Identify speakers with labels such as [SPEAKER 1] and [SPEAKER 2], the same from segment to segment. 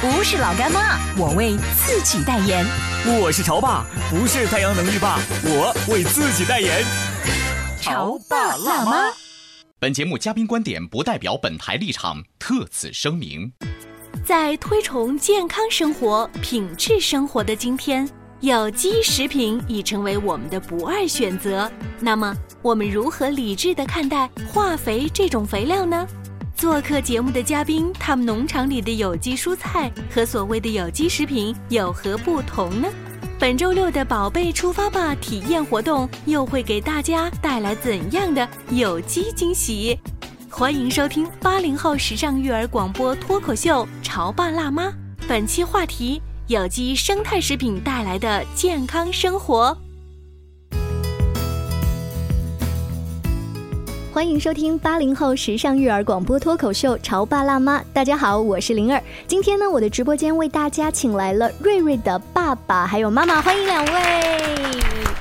[SPEAKER 1] 不是老干妈，我为自己代言。
[SPEAKER 2] 我是潮爸，不是太阳能浴霸，我为自己代言。
[SPEAKER 1] 潮爸辣妈。
[SPEAKER 3] 本节目嘉宾观点不代表本台立场，特此声明。
[SPEAKER 4] 在推崇健康生活、品质生活的今天，有机食品已成为我们的不二选择。那么，我们如何理智地看待化肥这种肥料呢？做客节目的嘉宾，他们农场里的有机蔬菜和所谓的有机食品有何不同呢？本周六的“宝贝出发吧”体验活动又会给大家带来怎样的有机惊喜？欢迎收听八零后时尚育儿广播脱口秀《潮爸辣妈》。本期话题：有机生态食品带来的健康生活。
[SPEAKER 5] 欢迎收听八零后时尚育儿广播脱口秀《潮爸辣妈》。大家好，我是灵儿。今天呢，我的直播间为大家请来了瑞瑞的爸爸还有妈妈，欢迎两位。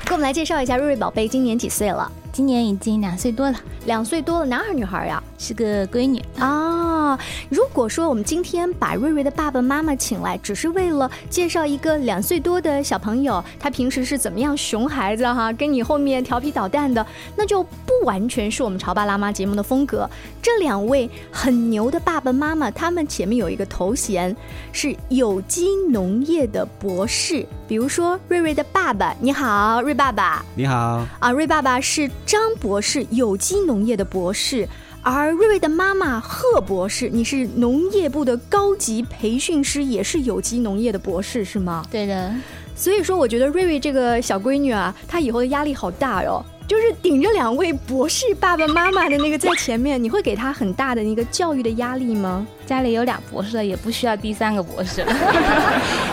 [SPEAKER 5] 给我们来介绍一下瑞瑞宝贝今年几岁了？
[SPEAKER 6] 今年已经两岁多了，
[SPEAKER 5] 两岁多了，男孩儿女孩儿呀？
[SPEAKER 6] 是个闺女。
[SPEAKER 5] 啊，如果说我们今天把瑞瑞的爸爸妈妈请来，只是为了介绍一个两岁多的小朋友，他平时是怎么样熊孩子哈，跟你后面调皮捣蛋的，那就不完全是我们潮爸辣妈节目的风格。这两位很牛的爸爸妈妈，他们前面有一个头衔是有机农业的博士，比如说瑞瑞的爸爸，你好，瑞爸爸。
[SPEAKER 7] 你好，
[SPEAKER 5] 啊，瑞爸爸是张博士，有机农业的博士，而瑞瑞的妈妈贺博士，你是农业部的高级培训师，也是有机农业的博士，是吗？
[SPEAKER 6] 对的，
[SPEAKER 5] 所以说，我觉得瑞瑞这个小闺女啊，她以后的压力好大哟、就是顶着两位博士爸爸妈妈的那个在前面，你会给她很大的一个教育的压力吗？
[SPEAKER 6] 家里有俩博士了，也不需要第三个博士 了。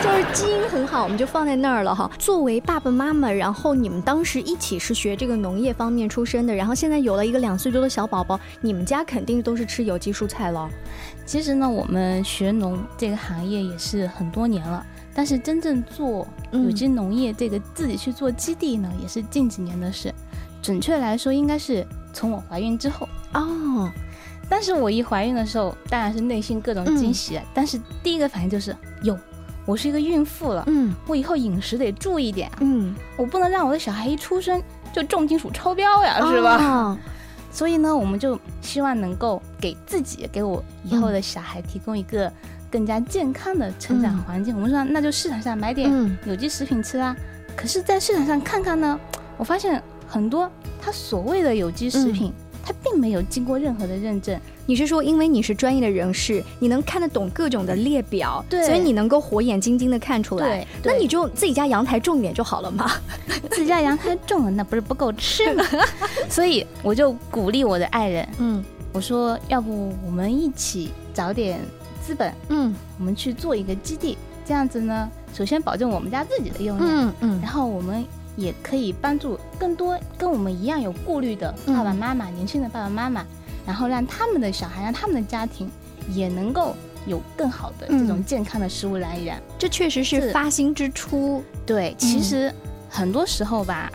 [SPEAKER 5] 就是基因很好，我们就放在那儿了哈。作为爸爸妈妈，然后你们当时一起是学这个农业方面出身的，然后现在有了一个两岁多的小宝宝，你们家肯定都是吃有机蔬菜了。
[SPEAKER 6] 其实呢，我们学农这个行业也是很多年了，但是真正做
[SPEAKER 5] 嗯
[SPEAKER 6] 有机农业这个自己去做基地呢，也是近几年的事。准确来说，应该是从我怀孕之后。
[SPEAKER 5] 哦，
[SPEAKER 6] 但是我一怀孕的时候，当然是内心各种惊喜，啊
[SPEAKER 5] 嗯
[SPEAKER 6] 但是第一个反应就是，哟，我是一个孕妇了，
[SPEAKER 5] 嗯
[SPEAKER 6] 我以后饮食得注意点啊，
[SPEAKER 5] 嗯，
[SPEAKER 6] 我不能让我的小孩一出生就重金属超标呀，啊是吧？
[SPEAKER 5] 哦
[SPEAKER 6] 所以呢，我们就希望能够给自己、给我以后的小孩提供一个更加健康的成长环境。我们说，那就市场上买点
[SPEAKER 5] 嗯
[SPEAKER 6] 有机食品吃啦。可是，在市场上看看呢，我发现很多它所谓的有机食品，它并没有经过任何的认证。
[SPEAKER 5] 你是说，因为你是专业的人士，你能看得懂各种的列表，
[SPEAKER 6] 对
[SPEAKER 5] 所以你能够火眼金睛的看出来
[SPEAKER 6] 对。
[SPEAKER 5] 那
[SPEAKER 6] 对
[SPEAKER 5] 你就自己家阳台种一点就好了嘛。
[SPEAKER 6] 自家阳台种了，那不是不够吃 吗？所以我就鼓励我的爱人，
[SPEAKER 5] 嗯
[SPEAKER 6] 我说，要不我们一起找点资本，
[SPEAKER 5] 嗯
[SPEAKER 6] 我们去做一个基地，这样子呢，首先保证我们家自己的用量，
[SPEAKER 5] 嗯嗯
[SPEAKER 6] 然后我们也可以帮助更多跟我们一样有顾虑的
[SPEAKER 5] 嗯
[SPEAKER 6] 爸爸妈妈、年轻的爸爸妈妈，然后让他们的小孩、让他们的家庭也能够有更好的这种
[SPEAKER 5] 嗯
[SPEAKER 6] 健康的食物来源。
[SPEAKER 5] 这确实是
[SPEAKER 6] 是
[SPEAKER 5] 发心之初。嗯
[SPEAKER 6] 对，其实很多时候吧，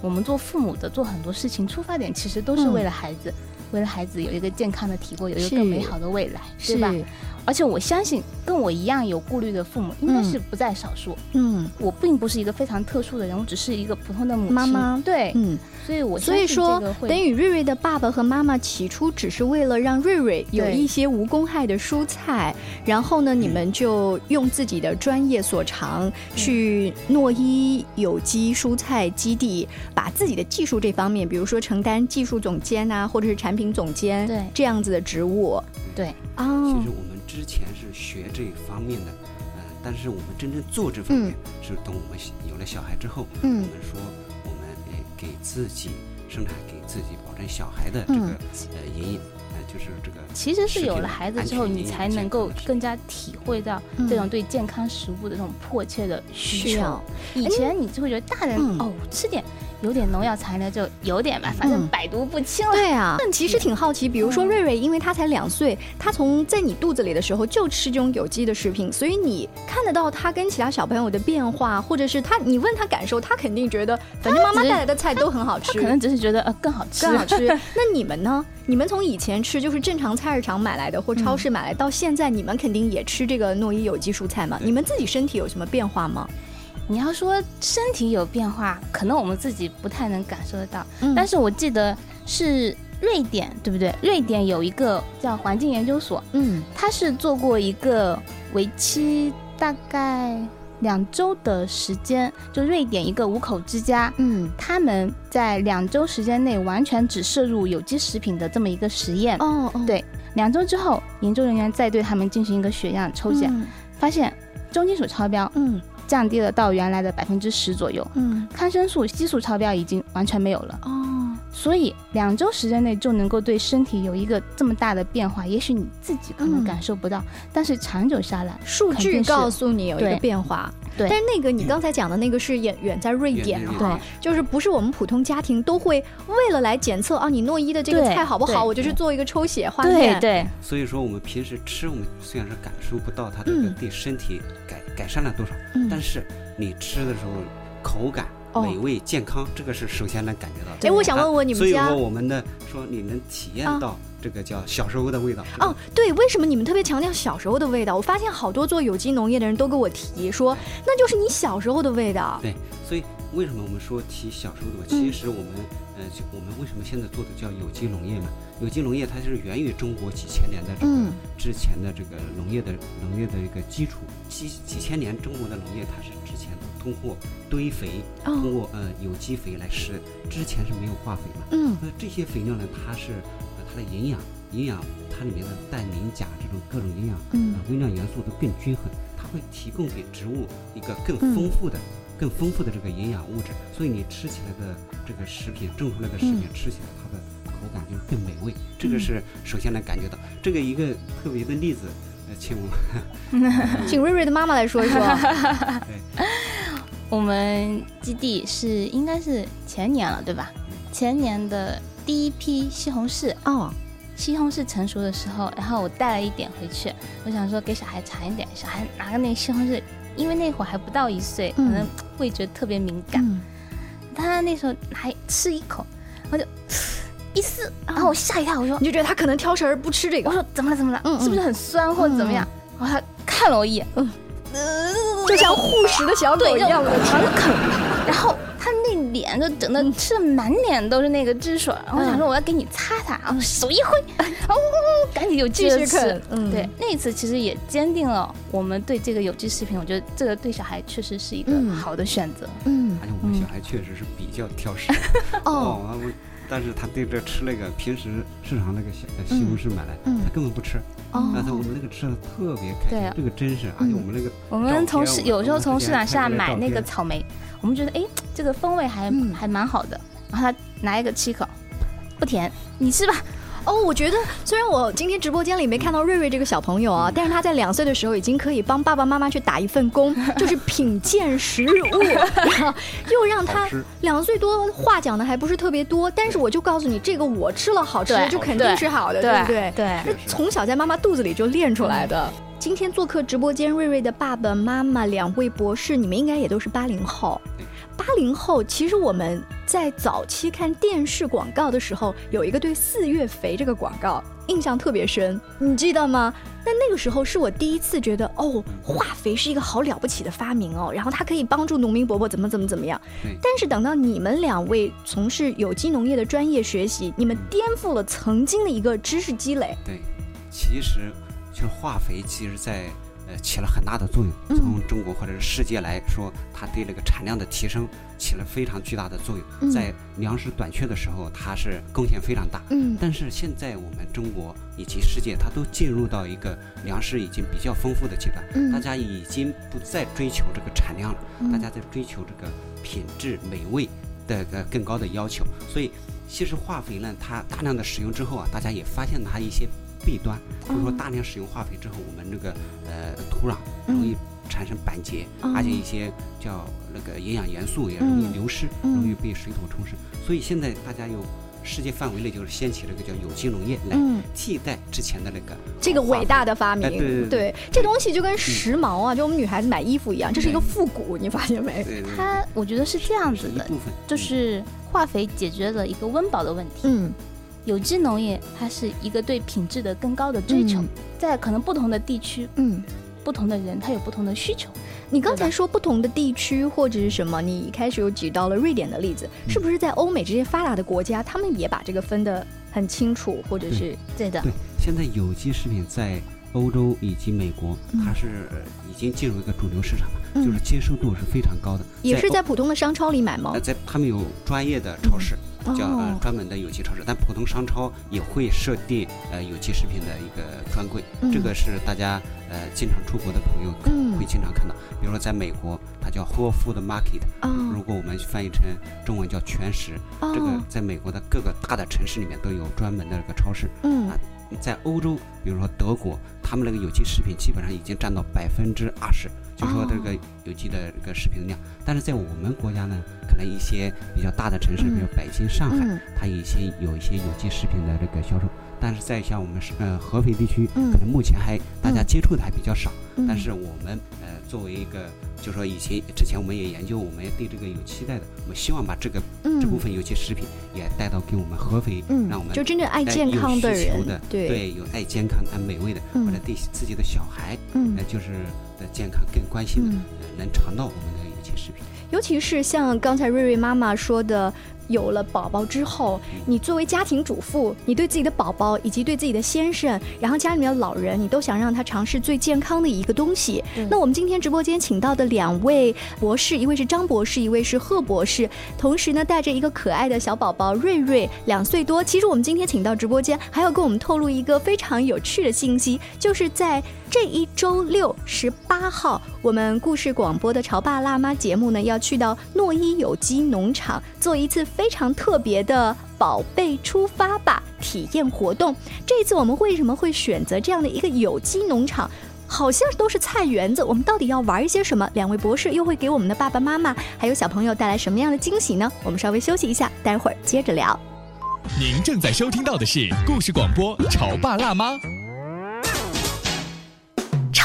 [SPEAKER 6] 我们做父母的做很多事情，出发点其实都是为了孩子。为了孩子有一个健康的体魄，有一
[SPEAKER 5] 嗯是
[SPEAKER 6] 个更美好的未来，对吧？而且我相信，跟我一样有顾虑的父母应该是不在少数。
[SPEAKER 5] 嗯
[SPEAKER 6] 我并不是一个非常特殊的人，我只是一个普通的母亲。
[SPEAKER 5] 妈妈
[SPEAKER 6] 对，
[SPEAKER 5] 嗯，
[SPEAKER 6] 所以我
[SPEAKER 5] 所以
[SPEAKER 6] 相信这
[SPEAKER 5] 说
[SPEAKER 6] 个，会
[SPEAKER 5] 等于瑞瑞的爸爸和妈妈起初只是为了让瑞瑞有
[SPEAKER 6] 对嗯
[SPEAKER 5] 一些无公害的蔬菜，然后呢，你们就用自己的专业所长去诺一有机蔬菜基地，把自己的技术这方面，比如说承担技术总监啊，或者是产品总监
[SPEAKER 6] 对
[SPEAKER 5] 这样子的职务
[SPEAKER 6] 对
[SPEAKER 5] 啊。
[SPEAKER 7] 其实我们之前是学这方面的，呃，但是我们真正做这方面、是等我们有了小孩之后，
[SPEAKER 5] 嗯
[SPEAKER 7] 我们说我们呃给自己生产，给自己保证小孩的这个、
[SPEAKER 5] 嗯
[SPEAKER 7] 呃营养，呃就是这个
[SPEAKER 6] 其实是
[SPEAKER 7] 食
[SPEAKER 6] 有
[SPEAKER 7] 品
[SPEAKER 6] 了孩子
[SPEAKER 7] 安
[SPEAKER 6] 之
[SPEAKER 7] 全
[SPEAKER 6] 后，
[SPEAKER 7] 营
[SPEAKER 6] 你
[SPEAKER 7] 养
[SPEAKER 6] 才
[SPEAKER 7] 健
[SPEAKER 6] 能
[SPEAKER 7] 康
[SPEAKER 6] 够
[SPEAKER 7] 的食
[SPEAKER 6] 更加体会到
[SPEAKER 5] 嗯
[SPEAKER 6] 这种对健康食物的这种迫切的需
[SPEAKER 5] 需
[SPEAKER 6] 求
[SPEAKER 5] 要。哎
[SPEAKER 6] 以前你就会觉得大人
[SPEAKER 5] 嗯
[SPEAKER 6] 哦，吃点有点农药残留就有点吧，反正
[SPEAKER 5] 嗯
[SPEAKER 6] 百毒不侵了。
[SPEAKER 5] 对啊，嗯但其实挺好奇，比如说瑞瑞，因为他才两岁，他从在你肚子里的时候就吃这种有机的食品，所以你看得到他跟其他小朋友的变化，或者是他，你问他感受，他肯定觉得，反正妈妈带来的菜都很好吃，
[SPEAKER 6] 可能只是觉得呃更好吃，
[SPEAKER 5] 更好 吃。那你们呢？你们从以前吃就是正常菜市场买来的或超市买来，到现在你们肯定也吃这个诺伊有机蔬菜嘛？
[SPEAKER 7] 对
[SPEAKER 5] 你们自己身体有什么变化吗？
[SPEAKER 6] 你要说身体有变化，可能我们自己不太能感受得到。
[SPEAKER 5] 嗯
[SPEAKER 6] 但是我记得是瑞典，对不对？瑞典有一个叫环境研究所，
[SPEAKER 5] 嗯
[SPEAKER 6] 它是做过一个为期大概两周的时间，就瑞典一个五口之家。
[SPEAKER 5] 嗯
[SPEAKER 6] 他们在两周时间内完全只摄入有机食品的这么一个实验，
[SPEAKER 5] 哦哦
[SPEAKER 6] 对两周之后，研究人员再对他们进行一个血样抽检，
[SPEAKER 5] 嗯
[SPEAKER 6] 发现重金属超标
[SPEAKER 5] 嗯
[SPEAKER 6] 降低了到原来的百分之十左右，
[SPEAKER 5] 嗯
[SPEAKER 6] 抗生素、激素超标已经完全没有了，
[SPEAKER 5] 哦
[SPEAKER 6] 所以两周时间内就能够对身体有一个这么大的变化，也许你自己可能
[SPEAKER 5] 嗯
[SPEAKER 6] 感受不到，但是长久下来，
[SPEAKER 5] 数
[SPEAKER 6] 肯
[SPEAKER 5] 据
[SPEAKER 6] 定是
[SPEAKER 5] 告诉你有一个
[SPEAKER 6] 对
[SPEAKER 5] 变化，
[SPEAKER 6] 对
[SPEAKER 5] 但是那个你刚才讲的那个是远远在瑞
[SPEAKER 7] 远
[SPEAKER 5] 典
[SPEAKER 7] 在
[SPEAKER 5] 啊
[SPEAKER 7] 瑞
[SPEAKER 5] 哈，就是不是我们普通家庭都会为了来检测啊，你诺一的这个
[SPEAKER 6] 对
[SPEAKER 5] 菜好不好，
[SPEAKER 6] 对
[SPEAKER 5] 我就去做一个抽血化
[SPEAKER 6] 对
[SPEAKER 5] 验。
[SPEAKER 6] 对
[SPEAKER 7] 所以说我们平时吃，我们虽然是感受不到它这个
[SPEAKER 5] 嗯
[SPEAKER 7] 对身体改、改善了多少，
[SPEAKER 5] 嗯
[SPEAKER 7] 但是你吃的时候口感、
[SPEAKER 5] 哦
[SPEAKER 7] 美味、健康，这个是首先能感觉到的。
[SPEAKER 5] 哎，我想问问你
[SPEAKER 7] 所
[SPEAKER 5] 们
[SPEAKER 7] 以
[SPEAKER 5] 家
[SPEAKER 7] 说我们的说你能体验
[SPEAKER 5] 啊
[SPEAKER 7] 到这个叫小时候的味道。这个
[SPEAKER 5] 哦，对，为什么你们特别强调小时候的味道？我发现好多做有机农业的人都跟我提说，那就是你小时候的味道。
[SPEAKER 7] 对，所以为什么我们说提小时候的味道？其实我们呃，就我们为什么现在做的叫有机农业嘛？有机农业它是源于中国几千年的这个、
[SPEAKER 5] 嗯
[SPEAKER 7] 之前的这个农业的农业的一个基础，几几千年中国的农业它是之前通过堆肥，
[SPEAKER 5] 哦
[SPEAKER 7] 通过呃有机肥来施，之前是没有化肥嘛。
[SPEAKER 5] 嗯
[SPEAKER 7] 那这些肥料呢，它是呃它的营养营养它里面的氮、磷、钾这种各种营养
[SPEAKER 5] 嗯
[SPEAKER 7] 呃微量元素都更均衡，它会提供给植物一个更丰富的、
[SPEAKER 5] 嗯
[SPEAKER 7] 更丰富的这个营养物质，所以你吃起来的这个食品，种出来的
[SPEAKER 5] 嗯
[SPEAKER 7] 食品、吃起来它的呃口感就更美味，这个是首先能感觉到。这个一个特别的例子，呃，请我呃
[SPEAKER 5] 请瑞瑞的妈妈来 说一说。
[SPEAKER 6] 我们基地是应该是前年了，对吧？前年的第一批西红柿，
[SPEAKER 5] 哦，
[SPEAKER 6] 西红柿成熟的时候，然后我带了一点回去，我想说给小孩尝一点，小孩拿个那西红柿，因为那会儿还不到一岁，可
[SPEAKER 5] 嗯
[SPEAKER 6] 能味觉特别敏感，
[SPEAKER 5] 嗯
[SPEAKER 6] 他那时候还吃一口，我就一撕，
[SPEAKER 5] 哦
[SPEAKER 6] 然后我吓一跳，我说
[SPEAKER 5] 你就觉得他可能挑食儿不吃这
[SPEAKER 6] 我
[SPEAKER 5] 个，
[SPEAKER 6] 说怎么了怎么了，
[SPEAKER 5] 嗯嗯嗯哦
[SPEAKER 6] 是不是很酸或者怎么样？然后他看了我一眼，嗯，
[SPEAKER 5] 就像护食的小狗
[SPEAKER 6] 对，
[SPEAKER 5] 一样
[SPEAKER 6] 让我
[SPEAKER 5] 的。
[SPEAKER 6] 狂啃，然后他那脸就整的吃的满脸都是那个汁水，然后我
[SPEAKER 5] 嗯
[SPEAKER 6] 想说我要给你擦擦，然后手一挥， 哦，赶紧有继
[SPEAKER 5] 继续
[SPEAKER 6] 续
[SPEAKER 5] 啃
[SPEAKER 6] 吃。
[SPEAKER 5] 嗯
[SPEAKER 6] 对，那一次其实也坚定了我们对这个有机食品，我觉得这个对小孩确实是一个
[SPEAKER 5] 嗯
[SPEAKER 6] 好的选择。
[SPEAKER 5] 嗯
[SPEAKER 7] 而且我们小孩确实是比较挑食。
[SPEAKER 5] 哦，
[SPEAKER 7] 我但是他对这吃那个平时市场那个小呃西红柿买来，
[SPEAKER 5] 嗯
[SPEAKER 7] 他根本不吃。
[SPEAKER 5] 哦嗯
[SPEAKER 7] 但是我们那个吃的特别开
[SPEAKER 6] 对
[SPEAKER 7] 心
[SPEAKER 6] 啊，
[SPEAKER 7] 这个真是，而且我们那个
[SPEAKER 6] 哦我
[SPEAKER 7] 照
[SPEAKER 6] 们
[SPEAKER 7] 片
[SPEAKER 6] 从市有时候从市场下买那。
[SPEAKER 7] 我
[SPEAKER 6] 个
[SPEAKER 7] 们之前看
[SPEAKER 6] 草莓，我们觉得哎这个风味还、
[SPEAKER 5] 嗯
[SPEAKER 6] 还蛮好的，然后他拿一个吃一口，不甜，你吃吧。
[SPEAKER 5] 哦，我觉得虽然我今天直播间里没看到瑞瑞这个小朋友啊，但是他在两岁的时候已经可以帮爸爸妈妈去打一份工，就是品鉴食物，然后又让他
[SPEAKER 7] 好吃
[SPEAKER 5] 两岁多话讲的还不是特别多，但是我就告诉你，这个我吃了好吃
[SPEAKER 6] 对，
[SPEAKER 5] 就肯定是好的，对不对？
[SPEAKER 6] 对，
[SPEAKER 5] 那从小在妈妈肚子里就练出来的。
[SPEAKER 7] 嗯
[SPEAKER 5] 今天做客直播间，瑞瑞的爸爸妈妈两位博士，你们应该也都是八零后
[SPEAKER 7] 对。
[SPEAKER 5] 八零后，其实我们在早期看电视广告的时候，有一个对四月肥这个广告印象特别深，你记得吗？但那个时候是我第一次觉得，
[SPEAKER 7] 嗯
[SPEAKER 5] 哦，化肥是一个好了不起的发明哦，然后它可以帮助农民伯伯怎么怎么怎么样
[SPEAKER 7] 对。
[SPEAKER 5] 但是等到你们两位从事有机农业的专业学习，你们颠覆了曾经的一个知识积累。
[SPEAKER 7] 对，其实就是化肥，其实在呃起了很大的作
[SPEAKER 5] 嗯
[SPEAKER 7] 用。从中国或者是世界来说，它对那个产量的提升起了非常巨大的作用。在粮食短缺的时候，它是贡献非常大。
[SPEAKER 5] 嗯
[SPEAKER 7] 但是现在我们中国以及世界，它都进入到一个粮食已经比较丰富的阶段，
[SPEAKER 5] 嗯
[SPEAKER 7] 大家已经不再追求这个产量了，大家在追求这个品质美味的呃更高的要求。所以，其实化肥呢，它大量的使用之后啊，大家也发现它一些弊端，
[SPEAKER 5] 哦
[SPEAKER 7] 比如说大量使用化肥之后，我们这个呃土壤容易产生板结，
[SPEAKER 5] 哦
[SPEAKER 7] 而且一些叫那个营养元素也容易
[SPEAKER 5] 嗯
[SPEAKER 7] 流失，
[SPEAKER 5] 嗯
[SPEAKER 7] 容易被水土冲蚀。所以现在大家有世界范围内就是掀起了一个叫有机农业来
[SPEAKER 5] 嗯
[SPEAKER 7] 替代之前的那个
[SPEAKER 5] 这个伟大的发明，
[SPEAKER 7] 哎对对对
[SPEAKER 5] 这东西就跟时髦啊，就我们女孩子买衣服一样，这是一个复古，你发现没？
[SPEAKER 7] 对对对
[SPEAKER 6] 它我觉得是这样
[SPEAKER 7] 是
[SPEAKER 6] 子
[SPEAKER 7] 一
[SPEAKER 6] 的，
[SPEAKER 7] 部分，
[SPEAKER 6] 就
[SPEAKER 7] 嗯
[SPEAKER 6] 是化肥解决了一个温饱的问题。
[SPEAKER 5] 嗯
[SPEAKER 6] 有机农业它是一个对品质的更高的追求，
[SPEAKER 5] 嗯
[SPEAKER 6] 在可能不同的地区、
[SPEAKER 5] 嗯。
[SPEAKER 6] 不同的人，他有不同的需求。
[SPEAKER 5] 你刚
[SPEAKER 6] 对
[SPEAKER 5] 才
[SPEAKER 6] 吧
[SPEAKER 5] 说不同的地区或者是什么，你一开始又举到了瑞典的例子，
[SPEAKER 7] 嗯
[SPEAKER 5] 是不是在欧美这些发达的国家，他们也把这个分得很清楚，或者是
[SPEAKER 6] 对的，
[SPEAKER 7] 对，现在有机食品在欧洲以及美国，
[SPEAKER 5] 嗯
[SPEAKER 7] 它是呃已经进入一个主流市场了，就是接受度是非常高的。
[SPEAKER 5] 也是
[SPEAKER 7] 欧
[SPEAKER 5] 在普通的商超里买吗
[SPEAKER 7] 呃，？在他们有专业的超市，叫、
[SPEAKER 5] 哦
[SPEAKER 7] 呃、专门的有机超市，但普通商超也会设定呃有机食品的一个专柜，这
[SPEAKER 5] 嗯
[SPEAKER 7] 个是大家呃经常出国的朋友可
[SPEAKER 5] 嗯
[SPEAKER 7] 会经常看到。比如说在美国，它叫 Whole Food Market，、
[SPEAKER 5] 哦
[SPEAKER 7] 如果我们翻译成中文叫全食，这个
[SPEAKER 5] 哦，
[SPEAKER 7] 在美国的各个大的城市里面都有专门的这个超市。
[SPEAKER 5] 嗯
[SPEAKER 7] 啊在欧洲，比如说德国，他们那个有机食品基本上已经占到百分之二十，就说这
[SPEAKER 5] 哦
[SPEAKER 7] 个有机的这个食品量。但是在我们国家呢，可能一些比较大的城市，
[SPEAKER 5] 嗯
[SPEAKER 7] 比如北京、上海，
[SPEAKER 5] 嗯
[SPEAKER 7] 它已经有一些有机食品的这个销售。但是在像我们是呃合肥地区，
[SPEAKER 5] 嗯
[SPEAKER 7] 可能目前还大家
[SPEAKER 5] 嗯
[SPEAKER 7] 接触的还比较少。
[SPEAKER 5] 嗯
[SPEAKER 7] 但是我们呃作为一个，就说以前之前我们也研究，我们也对这个有期待的，我们希望把这个这部
[SPEAKER 5] 嗯
[SPEAKER 7] 分有机食品也带到给我们合肥，让我
[SPEAKER 5] 嗯，
[SPEAKER 7] 们
[SPEAKER 5] 就真正爱
[SPEAKER 7] 哎
[SPEAKER 5] 健
[SPEAKER 7] 有
[SPEAKER 5] 康的
[SPEAKER 7] 需求
[SPEAKER 5] 人
[SPEAKER 7] 的，
[SPEAKER 5] 对，
[SPEAKER 7] 有爱健康、爱美味的，
[SPEAKER 5] 嗯
[SPEAKER 7] 或者对自己的小孩，
[SPEAKER 5] 嗯
[SPEAKER 7] 呃，就是的健康更关心的，
[SPEAKER 5] 嗯
[SPEAKER 7] 呃能尝到我们的有机食品。
[SPEAKER 5] 尤其是像刚才瑞瑞妈妈说的，有了宝宝之后，你作为家庭主妇，你对自己的宝宝以及对自己的先生，然后家里面的老人，你都想让他尝试最健康的一个东西。那我们今天直播间请到的两位博士，一位是张博士，一位是贺博士，同时呢带着一个可爱的小宝宝瑞瑞，两岁多。其实我们今天请到直播间，还要跟我们透露一个非常有趣的信息，就是在这一周六十八号，我们故事广播的《潮爸辣妈》节目呢，要去到诺伊有机农场做一次非常特别的“宝贝出发吧”体验活动。这一次我们为什么会选择这样的一个有机农场？好像都是菜园子，我们到底要玩一些什么？两位博士又会给我们的爸爸妈妈还有小朋友带来什么样的惊喜呢？我们稍微休息一下，待会儿接着聊。
[SPEAKER 8] 您正在收听到的是故事广播《潮爸辣妈》。
[SPEAKER 9] 《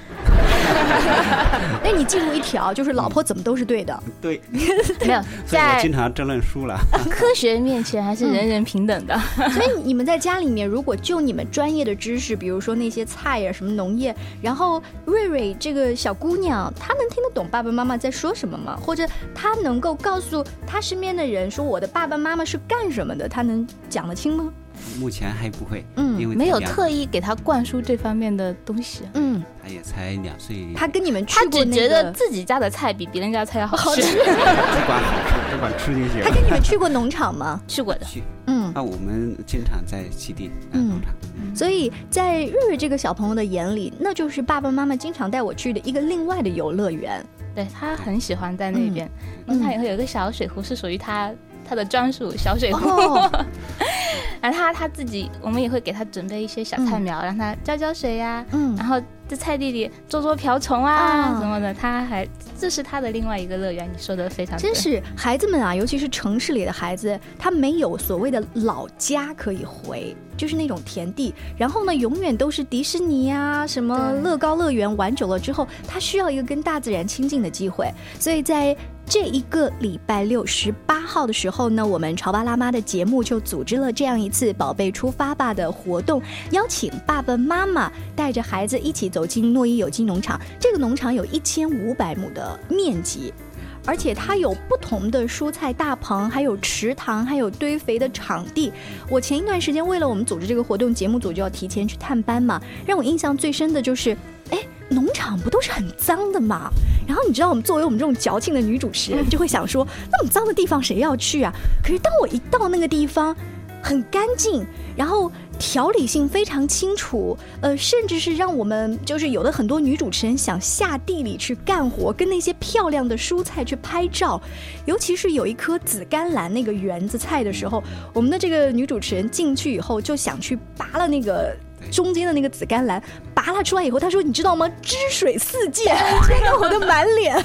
[SPEAKER 5] 那你记住一条，就是老婆怎么都是对的。
[SPEAKER 7] 对，
[SPEAKER 6] 没 有
[SPEAKER 7] 所以我
[SPEAKER 6] 在
[SPEAKER 7] 经常争论输了。
[SPEAKER 6] 科学面前还是人人平等的。
[SPEAKER 5] 所以你们在家里面，如果就你们专业的知识，比如说那些菜呀、什么农业，然后瑞瑞这个小姑娘，她能听得懂爸爸妈妈在说什么吗？或者她能够告诉她身边的人说我的爸爸妈妈是干什么的？她能讲得清吗？
[SPEAKER 7] 目前还不会，
[SPEAKER 5] 嗯
[SPEAKER 7] 因为
[SPEAKER 6] 没有
[SPEAKER 7] 才两
[SPEAKER 6] 特意给他灌输这方面的东西，
[SPEAKER 5] 嗯，
[SPEAKER 7] 他也才两岁，
[SPEAKER 5] 她跟你们去
[SPEAKER 6] 他
[SPEAKER 5] 过
[SPEAKER 6] 只
[SPEAKER 5] 那
[SPEAKER 6] 觉得
[SPEAKER 5] 个，
[SPEAKER 6] 自己家的菜比别人家的菜要好吃。
[SPEAKER 7] 不管好吃 不管吃就行
[SPEAKER 5] 她。跟你们 去过农场吗？
[SPEAKER 6] 去过的，
[SPEAKER 7] 去，
[SPEAKER 5] 嗯，
[SPEAKER 7] 那我们经常在基地，呃
[SPEAKER 5] 嗯
[SPEAKER 7] 农场，
[SPEAKER 5] 所以在瑞瑞这个小朋友的眼里，那就是爸爸妈妈经常带我去的一个另外的游乐园。
[SPEAKER 6] 对他很喜欢在那边。那他以后有一个小水壶是属于他他的专属小水壶。
[SPEAKER 5] 哦
[SPEAKER 6] 然后他他自己，我们也会给他准备一些小菜苗，让他浇浇水呀、
[SPEAKER 5] 嗯
[SPEAKER 6] 然后在菜地里捉捉瓢虫啊、
[SPEAKER 5] 啊
[SPEAKER 6] 什么的。他还这是他的另外一个乐园，你说的非常对
[SPEAKER 5] 真是孩子们啊，尤其是城市里的孩子，他没有所谓的老家可以回，就是那种田地。然后呢，永远都是迪士尼啊，什么
[SPEAKER 6] 对
[SPEAKER 5] 乐高乐园，玩久了之后，他需要一个跟大自然亲近的机会。所以在这一个礼拜六十八号的时候呢，我们潮爸辣妈的节目就组织了这样一次“宝贝出发吧”的活动，邀请爸爸妈妈带着孩子一起走进诺伊有机农场。这个农场有一千五百亩的面积，而且它有不同的蔬菜大棚，还有池塘，还有堆肥的场地。我前一段时间为了我们组织这个活动，节目组就要提前去探班嘛，让我印象最深的就是，哎，农场不都是很脏的嘛？然后你知道，我们作为我们这种矫情的女主持人，就会想说，那么脏的地方谁要去啊？可是当我一到那个地方，很干净，然后条理性非常清楚，呃，甚至是让我们就是有的很多女主持人想下地里去干活，跟那些漂亮的蔬菜去拍照，尤其是有一颗紫甘蓝那个园子菜的时候，我们的这个女主持人进去以后就想去拔了那个
[SPEAKER 7] 对
[SPEAKER 5] 中间的那个紫甘蓝，拔了出来以后，她说：“你知道吗？汁水四 溅，溅到我的满脸。”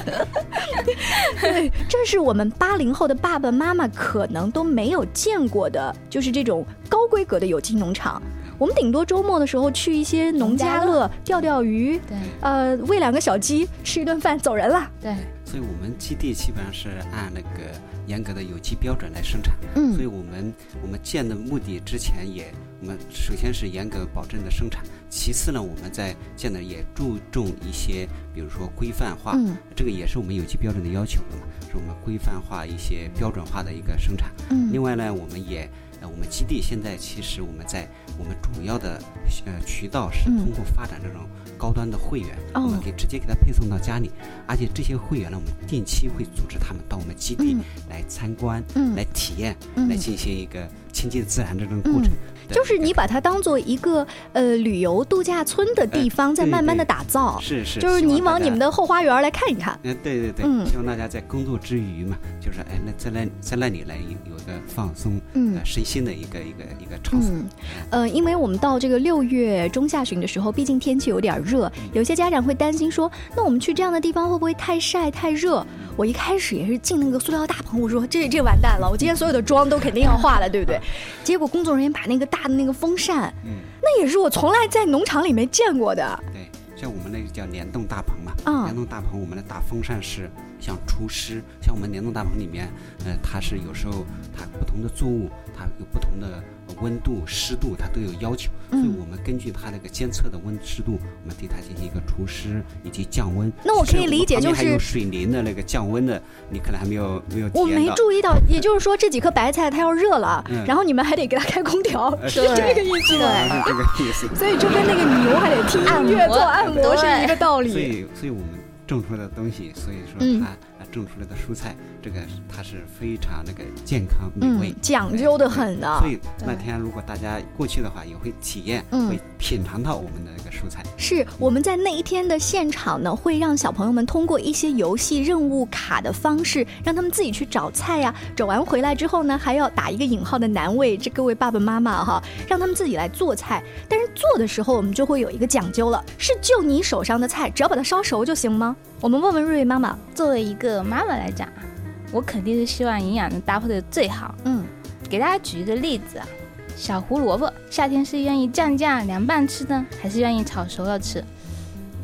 [SPEAKER 5] 对，这是我们八零后的爸爸妈妈可能都没有见过的，就是这种高规格的有机农场。我们顶多周末的时候去一些农家乐钓钓鱼，
[SPEAKER 6] 对
[SPEAKER 5] 呃，喂两个小鸡，吃一顿饭走人了。
[SPEAKER 6] 对，
[SPEAKER 7] 所以我们基地基本上是按那个严格的有机标准来生产。
[SPEAKER 5] 嗯
[SPEAKER 7] 所以我们我们建的目的之前也，我们首先是严格保证的生产，其次呢，我们在建的也注重一些，比如说规范化，
[SPEAKER 5] 嗯
[SPEAKER 7] 这个也是我们有机标准的要求的嘛，是我们规范化一些标准化的一个生产。
[SPEAKER 5] 嗯
[SPEAKER 7] 另外呢，我们也，呃，我们基地现在其实我们在我们主要的呃渠道是
[SPEAKER 5] 嗯
[SPEAKER 7] 通过发展这种高端的会员，
[SPEAKER 5] 哦
[SPEAKER 7] 我们可以直接给他配送到家里，而且这些会员呢，我们定期会组织他们到我们基地
[SPEAKER 5] 嗯
[SPEAKER 7] 来参观、
[SPEAKER 5] 嗯
[SPEAKER 7] 来体验、
[SPEAKER 5] 嗯
[SPEAKER 7] 来进行一个亲近自然的这种过程。对
[SPEAKER 5] 就是你把它当做一个呃旅游度假村的地方，
[SPEAKER 7] 呃
[SPEAKER 5] 在慢慢的
[SPEAKER 7] 对对
[SPEAKER 5] 打造，
[SPEAKER 7] 是是，
[SPEAKER 5] 就是
[SPEAKER 7] 希望
[SPEAKER 5] 你往
[SPEAKER 7] 大家
[SPEAKER 5] 你们。的后花园来看一看。
[SPEAKER 7] 嗯，对对对，
[SPEAKER 5] 嗯
[SPEAKER 7] 希望大家在工作之余嘛，就是哎，那在那在那里来有有一个放松、
[SPEAKER 5] 嗯
[SPEAKER 7] 呃身心的一个一个一个场所。
[SPEAKER 5] 嗯呃，因为我们到这个六月中下旬的时候，毕竟天气有点热，
[SPEAKER 7] 嗯
[SPEAKER 5] 有些家长会担心说，那我们去这样的地方会不会太晒太热？
[SPEAKER 7] 嗯
[SPEAKER 5] 我一开始也是进那个塑料大棚，我说这这完蛋了，我今天所有的妆都肯定要化了，对不对？结果工作人员把那个大的那个风扇，
[SPEAKER 7] 嗯
[SPEAKER 5] 那也是我从来在农场里没见过的，
[SPEAKER 7] 对，像我们们那个叫联动大棚嘛。
[SPEAKER 5] 嗯
[SPEAKER 7] 联动大棚，我们的大风扇是像厨师，像我们联动大棚里面，呃，它是有时候它不同的作物，它有不同的温度、湿度，它都有要求。
[SPEAKER 5] 嗯
[SPEAKER 7] 所以我们根据它那个监测的温湿度，我们对它进行一个除湿以及降温。
[SPEAKER 5] 那我可以
[SPEAKER 7] 甚至
[SPEAKER 5] 理解
[SPEAKER 7] 旁边
[SPEAKER 5] 就是
[SPEAKER 7] 还有水淋的那个降温的，你可能还没有没有体
[SPEAKER 5] 我
[SPEAKER 7] 验
[SPEAKER 5] 没
[SPEAKER 7] 到。
[SPEAKER 5] 注意到，也就是说这几颗白菜它要热了，
[SPEAKER 7] 嗯
[SPEAKER 5] 然后你们还得给它开空调，
[SPEAKER 7] 呃
[SPEAKER 5] 是
[SPEAKER 7] 对
[SPEAKER 5] 这个意思吗？
[SPEAKER 7] 是 这个意 思。
[SPEAKER 5] 所以就跟那个牛还得听音乐
[SPEAKER 6] 按摩
[SPEAKER 5] 做按摩是一个道
[SPEAKER 7] 所
[SPEAKER 5] 理。
[SPEAKER 7] 以，所以我们种出来的东西，所以说
[SPEAKER 5] 嗯
[SPEAKER 7] 它啊种出来的蔬菜，这个是它是非常那个健康美味
[SPEAKER 5] 嗯，，讲究的很啊
[SPEAKER 7] 对
[SPEAKER 5] 呢
[SPEAKER 7] 所。以那天如果大家过去的话，也会体验，
[SPEAKER 5] 嗯
[SPEAKER 7] 会品尝到我们的那个蔬菜。
[SPEAKER 5] 是我们在那一天的现场呢，会让小朋友们通过一些游戏任务卡的方式，让他们自己去找菜呀、找完回来之后呢，还要打一个引号的难为这各位爸爸妈妈哈，让他们自己来做菜。但是做的时候我们就会有一个讲究了，是就你手上的菜，只要把它烧熟就行吗？我们问问瑞瑞妈妈。
[SPEAKER 6] 作为一个妈妈来讲啊，我肯定是希望营养能搭配的最好。
[SPEAKER 5] 嗯，
[SPEAKER 6] 给大家举一个例子啊，小胡萝卜夏天是愿意蘸酱凉拌吃呢，还是愿意炒熟了吃？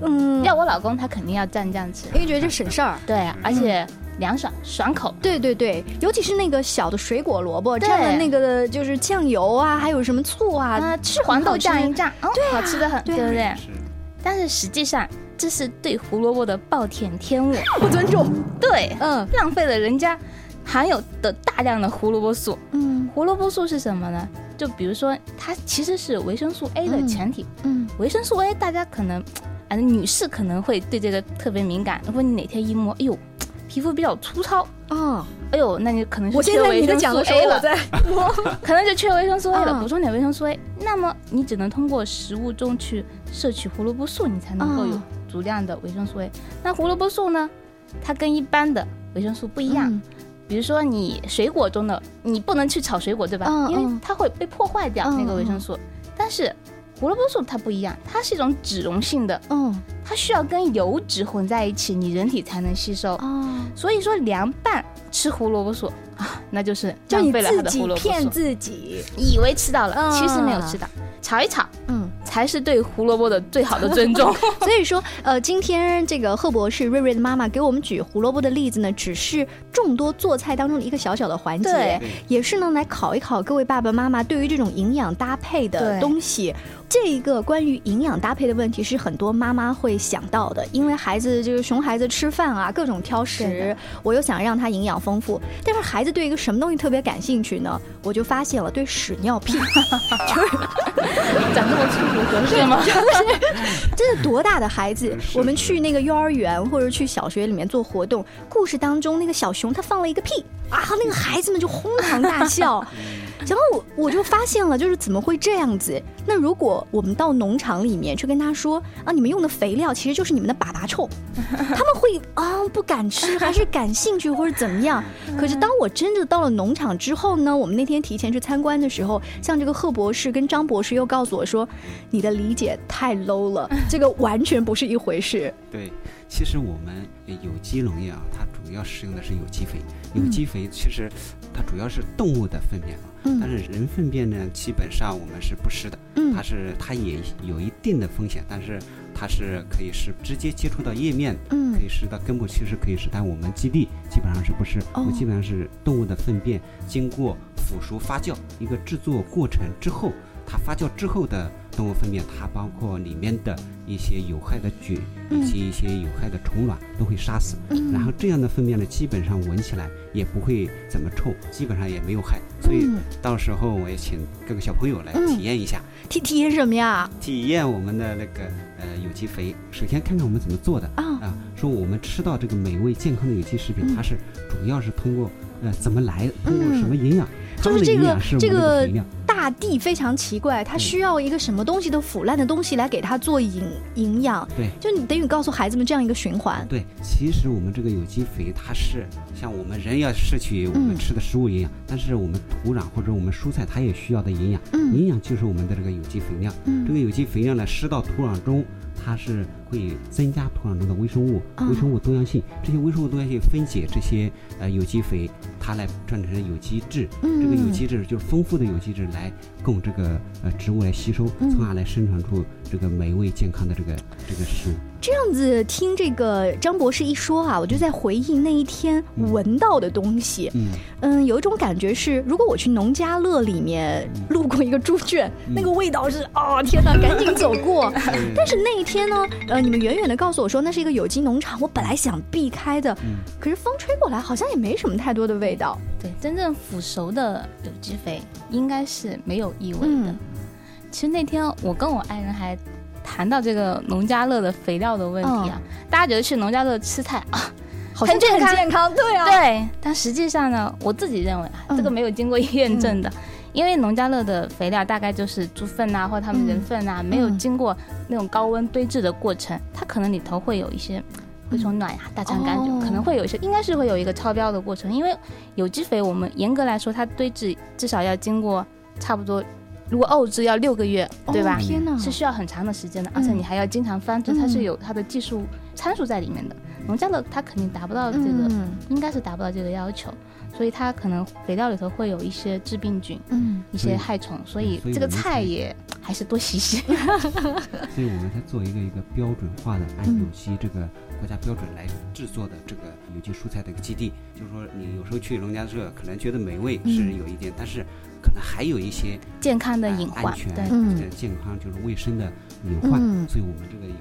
[SPEAKER 5] 嗯，
[SPEAKER 6] 要我老公，他肯定要蘸酱吃。
[SPEAKER 5] 因为觉得这省事儿。
[SPEAKER 6] 对啊，而且凉爽爽口。
[SPEAKER 5] 对对对，尤其是那个小的水果萝卜，
[SPEAKER 6] 对
[SPEAKER 5] 蘸了那个就是酱油啊，还有什么醋啊，
[SPEAKER 6] 啊，吃黄豆酱一蘸，哦，好吃的很，
[SPEAKER 5] 对
[SPEAKER 6] 对
[SPEAKER 5] 啊
[SPEAKER 6] 不对？
[SPEAKER 7] 是，
[SPEAKER 6] 但是实际上，这是对胡萝卜的暴殄天物，
[SPEAKER 5] 不尊重。
[SPEAKER 6] 对，
[SPEAKER 5] 嗯
[SPEAKER 6] 浪费了人家含有的大量的胡萝卜素。
[SPEAKER 5] 嗯
[SPEAKER 6] 胡萝卜素是什么呢？就比如说，它其实是维生素 A 的
[SPEAKER 5] 嗯
[SPEAKER 6] 前体，
[SPEAKER 5] 嗯
[SPEAKER 6] 维生素 A 大家可能，啊，女士可能会对这个特别敏感。如果你哪天一摸，哎呦，皮肤比较粗糙，
[SPEAKER 5] 哦，
[SPEAKER 6] 哎呦，那你可能是
[SPEAKER 5] 我现
[SPEAKER 6] 缺
[SPEAKER 5] 在
[SPEAKER 6] 维
[SPEAKER 5] 你在
[SPEAKER 6] 生素
[SPEAKER 5] 讲的时候
[SPEAKER 6] A
[SPEAKER 5] 我
[SPEAKER 6] 了，
[SPEAKER 5] 在摸。
[SPEAKER 6] 可能就缺维生素 A
[SPEAKER 5] 嗯
[SPEAKER 6] 了，补充点维生素 A。那么你只能通过食物中去摄取胡萝卜素，你才能够
[SPEAKER 5] 嗯
[SPEAKER 6] 有足量的维生素 A。那胡萝卜素呢，它跟一般的维生素不一
[SPEAKER 5] 嗯
[SPEAKER 6] 样。比如说你水果中的，你不能去炒水果，对吧？
[SPEAKER 5] 嗯
[SPEAKER 6] 因为
[SPEAKER 5] 嗯
[SPEAKER 6] 它会被破坏掉
[SPEAKER 5] 嗯
[SPEAKER 6] 那个维生素。但是胡萝卜素它不一样，它是一种脂溶性的，
[SPEAKER 5] 嗯
[SPEAKER 6] 它需要跟油脂混在一起，你人体才能吸收。
[SPEAKER 5] 哦，
[SPEAKER 6] 所以说凉拌吃胡萝卜素啊，那就是
[SPEAKER 5] 就
[SPEAKER 6] 浪
[SPEAKER 5] 你
[SPEAKER 6] 费了它
[SPEAKER 5] 自
[SPEAKER 6] 的
[SPEAKER 5] 己
[SPEAKER 6] 胡萝卜
[SPEAKER 5] 骗
[SPEAKER 6] 素，
[SPEAKER 5] 自己。
[SPEAKER 6] 以为吃到了，
[SPEAKER 5] 啊
[SPEAKER 6] 其实没有吃到。炒一炒
[SPEAKER 5] 嗯，
[SPEAKER 6] 才是对胡萝卜的最好的尊 重。
[SPEAKER 5] 所以说，呃，今天这个贺博士瑞瑞的妈妈给我们举胡萝卜的例子呢，只是众多做菜当中的一个小小的环节。
[SPEAKER 6] 对
[SPEAKER 5] 也是呢来考一考各位爸爸妈妈对于这种营养搭配的
[SPEAKER 6] 对
[SPEAKER 5] 东西。这一个关于营养搭配的问题是很多妈妈会想到的，因为孩子就是熊孩子吃饭啊，各种挑
[SPEAKER 6] 对
[SPEAKER 5] 食
[SPEAKER 6] 的，
[SPEAKER 5] 我又想让他营养丰富，但是孩子对一个什么东西特别感兴趣呢？我就发现了，对屎尿屁，就是
[SPEAKER 6] 讲这么粗俗合适吗？
[SPEAKER 5] 真的多大的孩子
[SPEAKER 7] 是
[SPEAKER 5] 我们去那个幼儿园或者去小学里面做活动，故事当中那个小熊它放了一个屁啊，那个孩子们就哄堂大笑。
[SPEAKER 7] 嗯
[SPEAKER 5] 然后我我就发现了，就是怎么会这样子？那如果我们到农场里面去跟他说啊，你们用的肥料其实就是你们的粑粑 臭，他们会啊不敢吃，还是感兴趣或者怎么样？可是当我真的到了农场之后呢，我们那天提前去参观的时候，像这个贺博士跟张博士又告诉我说，你的理解太 low 了，这个完全不是一回事。
[SPEAKER 7] 对，其实我们呃有机农业啊，它主要使用的是有机肥。有机肥其实它主要是动物的粪便啊，
[SPEAKER 5] 嗯
[SPEAKER 7] 但是人粪便呢，基本上我们是不施的。
[SPEAKER 5] 嗯
[SPEAKER 7] 它是它也有一定的风险，但是它是可以是直接接触到叶面的，
[SPEAKER 5] 嗯
[SPEAKER 7] 可以施到根部，其实可以施，但我们基地基本上是不施，
[SPEAKER 5] 哦
[SPEAKER 7] 我基本上是动物的粪便经过腐熟发酵一个制作过程之后，它发酵之后的动物粪便，它包括里面的一些有害的菌
[SPEAKER 5] 嗯
[SPEAKER 7] 以及一些有害的虫卵都会杀死，然后这样的粪便呢，基本上闻起来也不会怎么臭，基本上也没有害，所以
[SPEAKER 5] 嗯
[SPEAKER 7] 到时候我也请各个小朋友来
[SPEAKER 5] 嗯
[SPEAKER 7] 体验一下。
[SPEAKER 5] 体体验什么呀？
[SPEAKER 7] 体验我们的那个呃有机肥，首先看看我们怎么做的
[SPEAKER 5] 啊
[SPEAKER 7] 说我们吃到这个美味健康的有机食品，
[SPEAKER 5] 嗯
[SPEAKER 7] 它是主要是通过呃怎么来，通过
[SPEAKER 5] 嗯
[SPEAKER 7] 什么营养，它
[SPEAKER 5] 就是
[SPEAKER 7] 们的
[SPEAKER 5] 这
[SPEAKER 7] 营
[SPEAKER 5] 个
[SPEAKER 7] 养是我
[SPEAKER 5] 这
[SPEAKER 7] 们的
[SPEAKER 5] 个
[SPEAKER 7] 肥料。
[SPEAKER 5] 大地非常奇怪，
[SPEAKER 7] 嗯
[SPEAKER 5] 它需要一个什么东西都腐烂的东西来给它做营营养。
[SPEAKER 7] 对
[SPEAKER 5] 就你等于告诉孩子们这样一个循环。
[SPEAKER 7] 对，其实我们这个有机肥，它是像我们人要摄取我
[SPEAKER 5] 嗯
[SPEAKER 7] 们吃的食物营养，但是我们土壤或者我们蔬菜它也需要的营养，
[SPEAKER 5] 嗯
[SPEAKER 7] 营养就是我们的这个有机肥料。这个有机肥料呢，施到土壤中，它是会增加土壤中的微生物、
[SPEAKER 5] 啊
[SPEAKER 7] 微生物多样性。这些微生物多样性分解这些呃有机肥，它来转成有机质。
[SPEAKER 5] 嗯
[SPEAKER 7] 这个有机质就是丰富的有机质来供这个呃植物来吸收，从而来生产出这个美味健康的这个这个食物。
[SPEAKER 5] 这样子听这个张博士一说啊，我就在回忆那一天闻到的东西。
[SPEAKER 7] 嗯，
[SPEAKER 5] 嗯，有一种感觉是，如果我去农家乐里面
[SPEAKER 7] 嗯
[SPEAKER 5] 路过一个猪圈，那个味道是啊、天哪，赶紧走过。但是那一天呢，呃，你们远远的告诉我说那是一个有机农场，我本来想避开的，
[SPEAKER 6] 嗯
[SPEAKER 5] 可是风吹过来好像也没什么太多的味道。
[SPEAKER 6] 对，真正腐熟的有机肥应该是没有异味的。
[SPEAKER 5] 嗯
[SPEAKER 6] 其实那天我跟我爱人还谈到这个农家乐的肥料的问题啊，大家觉得去农家乐吃菜啊，
[SPEAKER 5] 好像
[SPEAKER 6] 很健
[SPEAKER 5] 很
[SPEAKER 6] 康
[SPEAKER 5] 健康，对啊，
[SPEAKER 6] 对，但实际上呢，我自己认为啊，
[SPEAKER 5] 嗯
[SPEAKER 6] 这个没有经过验证的，因为农家乐的肥料大概就是猪粪啊，或者他们
[SPEAKER 5] 嗯
[SPEAKER 6] 人粪啊，没有经过那种高温堆制的过程，它可能里头会有一些。蛔虫卵呀、大肠杆菌、
[SPEAKER 5] 嗯哦
[SPEAKER 6] 可能会有一些，应该是会有一个超标的过程，因为有机肥我们严格来说，它堆置至少要经过差不多，如果沤制要六个月，对吧？
[SPEAKER 5] 哦嗯天哪，
[SPEAKER 6] 是需要很长的时间的，而且你还要经常翻制，
[SPEAKER 5] 嗯
[SPEAKER 6] 它是有它的技术参数在里面的。农家乐它肯定达不到这个，
[SPEAKER 5] 嗯
[SPEAKER 6] 应该是达不到这个要求，所以它可能肥料里头会有一些致病菌、
[SPEAKER 5] 嗯
[SPEAKER 6] 一
[SPEAKER 7] 对
[SPEAKER 6] 些害虫，所以
[SPEAKER 7] 所以
[SPEAKER 6] 这个
[SPEAKER 7] 我们
[SPEAKER 6] 菜
[SPEAKER 7] 才
[SPEAKER 6] 也还是多洗 洗。
[SPEAKER 7] 所以我们才做一个一个标准化的，按
[SPEAKER 5] 嗯
[SPEAKER 7] 有机这个国家标准来制作的这个有机蔬菜的一个基地。就是说，你有时候去农家乐，可能觉得美味是有一点，但是可能还有一些
[SPEAKER 6] 健康的
[SPEAKER 7] 呃
[SPEAKER 6] 隐患
[SPEAKER 7] 安全、
[SPEAKER 6] 对
[SPEAKER 5] 嗯
[SPEAKER 7] 这个健康就是卫生的隐患。
[SPEAKER 5] 嗯
[SPEAKER 7] 所以我们这个有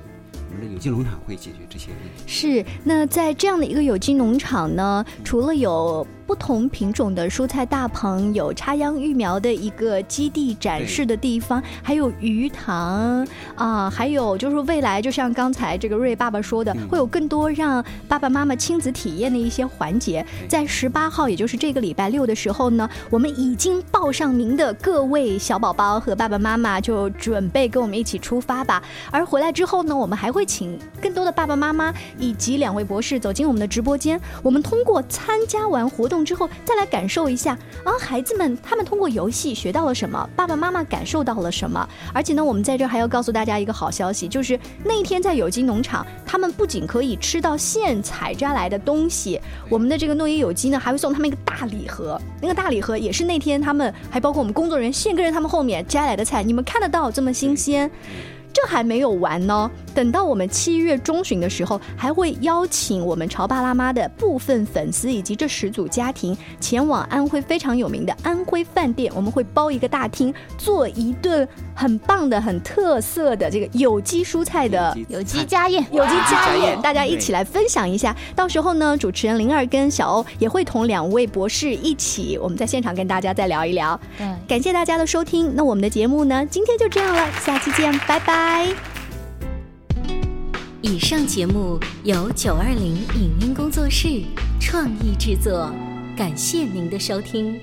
[SPEAKER 7] 我们的有机农场会解决这些问题。
[SPEAKER 5] 是，那在这样的一个有机农场呢，除了有不同品种的蔬菜大棚，有插秧育苗的一个基地展示的地方，还有鱼塘啊、还有就是未来，就像刚才这个瑞爸爸说的，
[SPEAKER 7] 嗯
[SPEAKER 5] 会有更多让爸爸妈妈亲子体验的一些环节。
[SPEAKER 7] 对
[SPEAKER 5] 在十八号，也就是这个礼拜六的时候呢，我们已经报上名的各位小宝宝和爸爸妈妈，就准备跟我们一起出发吧。而回来之后呢，我们还会请更多的爸爸妈妈以及两位博士走进我们的直播间。我们通过参加完活动之后，再来感受一下啊，孩子们他们通过游戏学到了什么，爸爸妈妈感受到了什么。而且呢，我们在这儿还要告诉大家一个好消息，就是那一天在有机农场，他们不仅可以吃到现采摘来的东西，我们的这个诺伊有机呢还会送他们一个大礼盒，那个大礼盒也是那天他们还包括我们工作人员现跟着他们后面摘来的菜，你们看得到这么新鲜。这还没有完呢，等到我们七月中旬的时候，还会邀请我们潮爸辣妈的部分粉丝以及这十组家庭前往安徽非常有名的安徽饭店，我们会包一个大厅，做一顿很棒的、很特色的这个有机蔬菜的
[SPEAKER 7] 有机
[SPEAKER 6] 有机家宴，
[SPEAKER 5] 有机家宴，大家一
[SPEAKER 7] 对
[SPEAKER 5] 起来分享一下。到时候呢，主持人灵儿跟小欧也会同两位博士一起，我们在现场跟大家再聊一聊。
[SPEAKER 6] 对。
[SPEAKER 5] 感谢大家的收听，那我们的节目呢，今天就这样了，下期见，拜拜。
[SPEAKER 9] 以上节目由九二零影音工作室创意制作，感谢您的收听。